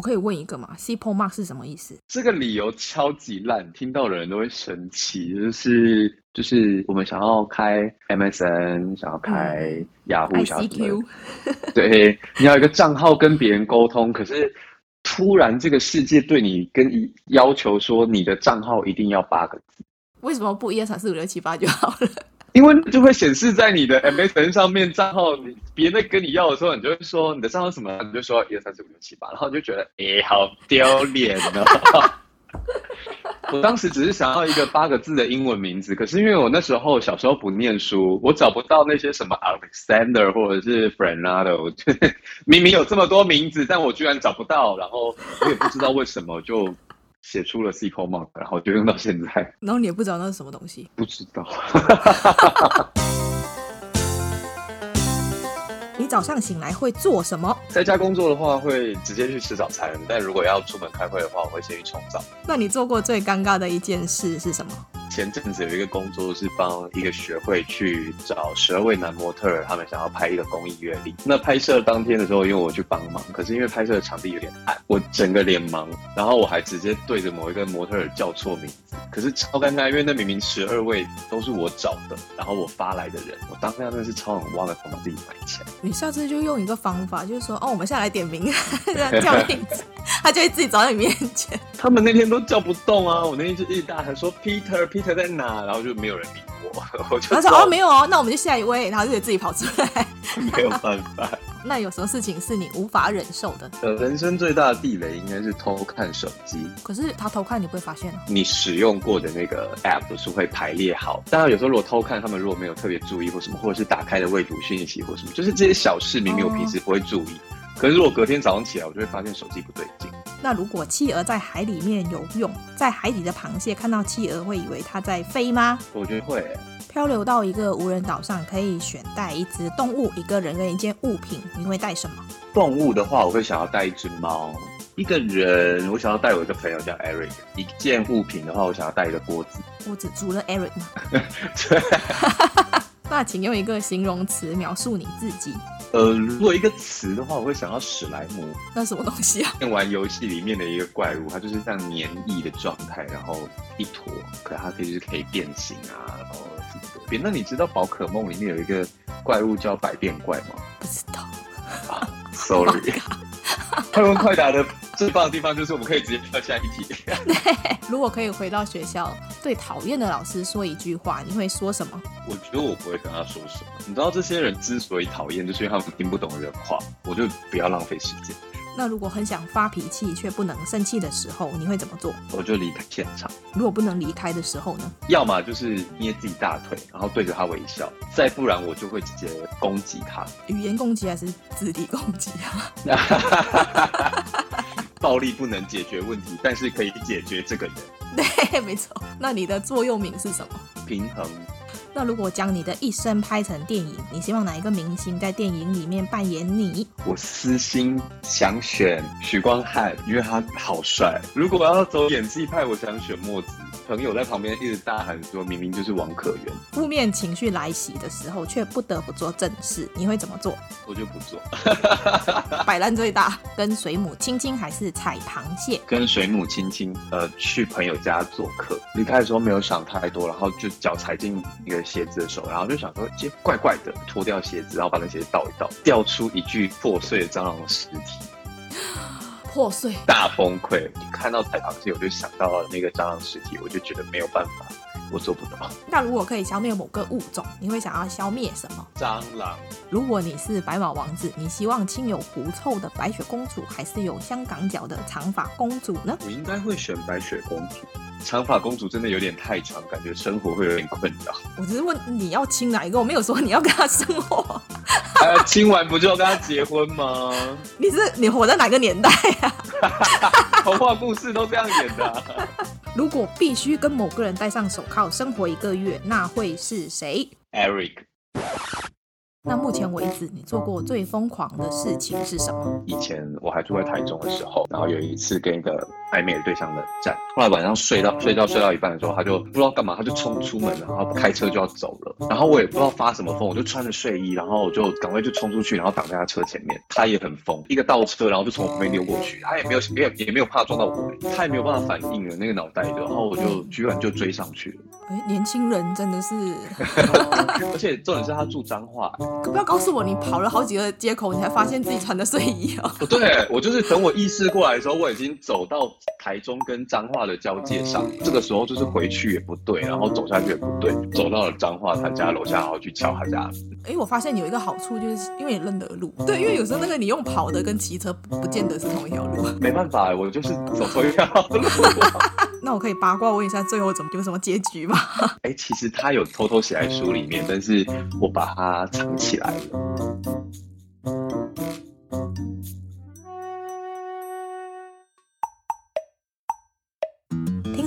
可以问一个吗？Simple Mark 是什么意思？这个理由超级烂，听到的人都会生气。就是就是我们想要开 MSN，想要开雅虎、想要什么 ICQ 的，对，你要有一个账号跟别人沟通，可是。突然，这个世界对你跟一要求说，你的账号一定要八个字。为什么不一二三四五六七八就好了？因为就会显示在你的 MSN 上面账号，你别人在跟你要的时候，你就会说你的账号是什么，你就说一二三四五六七八，然后你就觉得诶，好丢脸哦。 我当时只是想要一个八个字的英文名字，可是因为我那时候小时候不念书，我找不到那些什么 Alexander 或者是 Fernando，就是明明有这么多名字，但我居然找不到，然后我也不知道为什么就写出了 C c o Mark，然后就用到现在。然后你也不知道那是什么东西。不知道，你早上醒来会做什么？在家工作的话，会直接去吃早餐；但如果要出门开会的话，我会先去冲澡。那你做过最尴尬的一件事是什么？前阵子有一个工作是帮一个学会去找十二位男模特儿，他们想要拍一个公益月历。那拍摄当天的时候，因为我去帮忙，可是因为拍摄的场地有点暗，我整个脸盲，然后我还直接对着某一个模特儿叫错名字，可是超尴尬，因为那明明十二位都是我找的，然后我发来的人，我当下真的是超想挖个头把自己埋起来。你下次就用一个方法，就是说，哦，我们现在来点名，这样叫名字，他就会自己走到你面前。他们那天都叫不动啊！我那天就一直大喊说 Peter Peter 在哪，然后就没有人理我， 我就他说，哦，没有哦，那我们就下一位，然后就得自己跑出来。 没有办法。那有什么事情是你无法忍受的？呃，人生最大的地雷应该是偷看手机。可是他偷看你不会发现啊。你使用过的那个 app 是会排列好，当然有时候如果偷看，他们如果没有特别注意或什么，或者是打开的未读讯息或什么，就是这些小事，明明我平时不会注意，可是如果隔天早上起来，我就会发现手机不对劲。那如果企鹅在海里面游泳，在海底的螃蟹看到企鹅会以为它在飞吗？我觉得会欸、漂流到一个无人岛上，可以选带一只动物、一个人跟一件物品，你会带什么？动物的话，我会想要带一只猫；一个人，我想要带我一个朋友叫 Eric；一件物品的话，我想要带一个锅子。 我只除了 Eric 吗？那请用一个形容词描述你自己，呃，如果一个词的话，我会想到史莱姆，那什么东西啊？ 电玩游戏里面的一个怪物，它就是像黏液的状态，然后一坨，可它可以就是可以变形啊，然后什么的变。那你知道宝可梦里面有一个怪物叫百变怪吗不知道。 Oh ？Sorry，快问快答的最棒的地方就是我们可以直接跳下一题。如果可以回到学校，对讨厌的老师说一句话，你会说什么？我觉得我不会跟他说什么。你知道这些人之所以讨厌，就是因为他们听不懂人话，我就不要浪费时间，那如果很想发脾气却不能生气的时候，你会怎么做？我就离开现场。如果不能离开的时候呢？要么就是捏自己大腿，然后对着他微笑；再不然我就会直接攻击他，语言攻击还是肢体攻击啊？ 暴力不能解决问题，但是可以解决这个人对，没错。那你的座右铭是什么？平衡。那如果将你的一生拍成电影，你希望哪一个明星在电影里面扮演你？我私心想选许光汉，因为他好帅。如果要走演技派，我想选墨子。朋友在旁边一直大喊说：“明明就是王可媛。负面情绪来袭的时候，却不得不做正事，你会怎么做？”我就不做，摆烂最大，跟水母亲亲还是踩螃蟹？跟水母亲亲，呃，去朋友家做客。离开的时候没有想太多，然后就脚踩进一个鞋子的手，然后就想说，这怪怪的，脱掉鞋子，然后把那鞋倒一倒，掉出一具破碎的蟑螂尸体。破碎。大崩溃。你看到彩螃蟹，我就想到那个蟑螂尸体，我就觉得没有办法，我做不到。那如果可以消灭某个物种，你会想要消灭什么？蟑螂，如果你是白马王子，你希望亲有狐臭的白雪公主，还是有香港脚的长发公主呢？我应该会选白雪公主。长发公主真的有点太长，感觉生活会有点困扰。 我只是问你要亲哪一个，我没有说你要跟他生活。 呃，今晚不就要跟她结婚吗？你是你活在哪个年代啊？童话故事都这样演的啊、如果必须跟某个人戴上手铐生活一个月，那会是谁？ Eric 那目前为止，你做过最疯狂的事情是什么？以前我还住在台中的时候，然后有一次跟一个暧昧的对象冷战。后来晚上睡到睡觉睡到一半的时候，他就不知道干嘛，他就冲出门了，然后开车就要走了。然后我也不知道发什么疯，我就穿着睡衣，然后我就赶快就冲出去，然后挡在他车前面。他也很疯，一个倒车，然后就从我旁边溜过去，他也没有也也没有怕撞到我，他也没有办法反应了那个脑袋，然后我就居然就追上去了。哎、年轻人真的是， 而且重点是他住彰化，可不要告诉我你跑了好几个街口，你才发现自己穿的睡衣哦。不 对，我就是等我意识过来的时候，我已经走到台中跟彰化的交界上。这个时候就是回去也不对，然后走下去也不对，走到了彰化他家楼下，然后去敲他家门。 哎，我发现有一个好处，就是因为你认得路。对，因为有时候那个你用跑的跟骑车不不见得是同一条路。没办法，我就是走错一条路。 那我可以八卦问一下，最后怎么有什么结局吗？哎，其实他有偷偷写在书里面，但是我把它藏起来了。听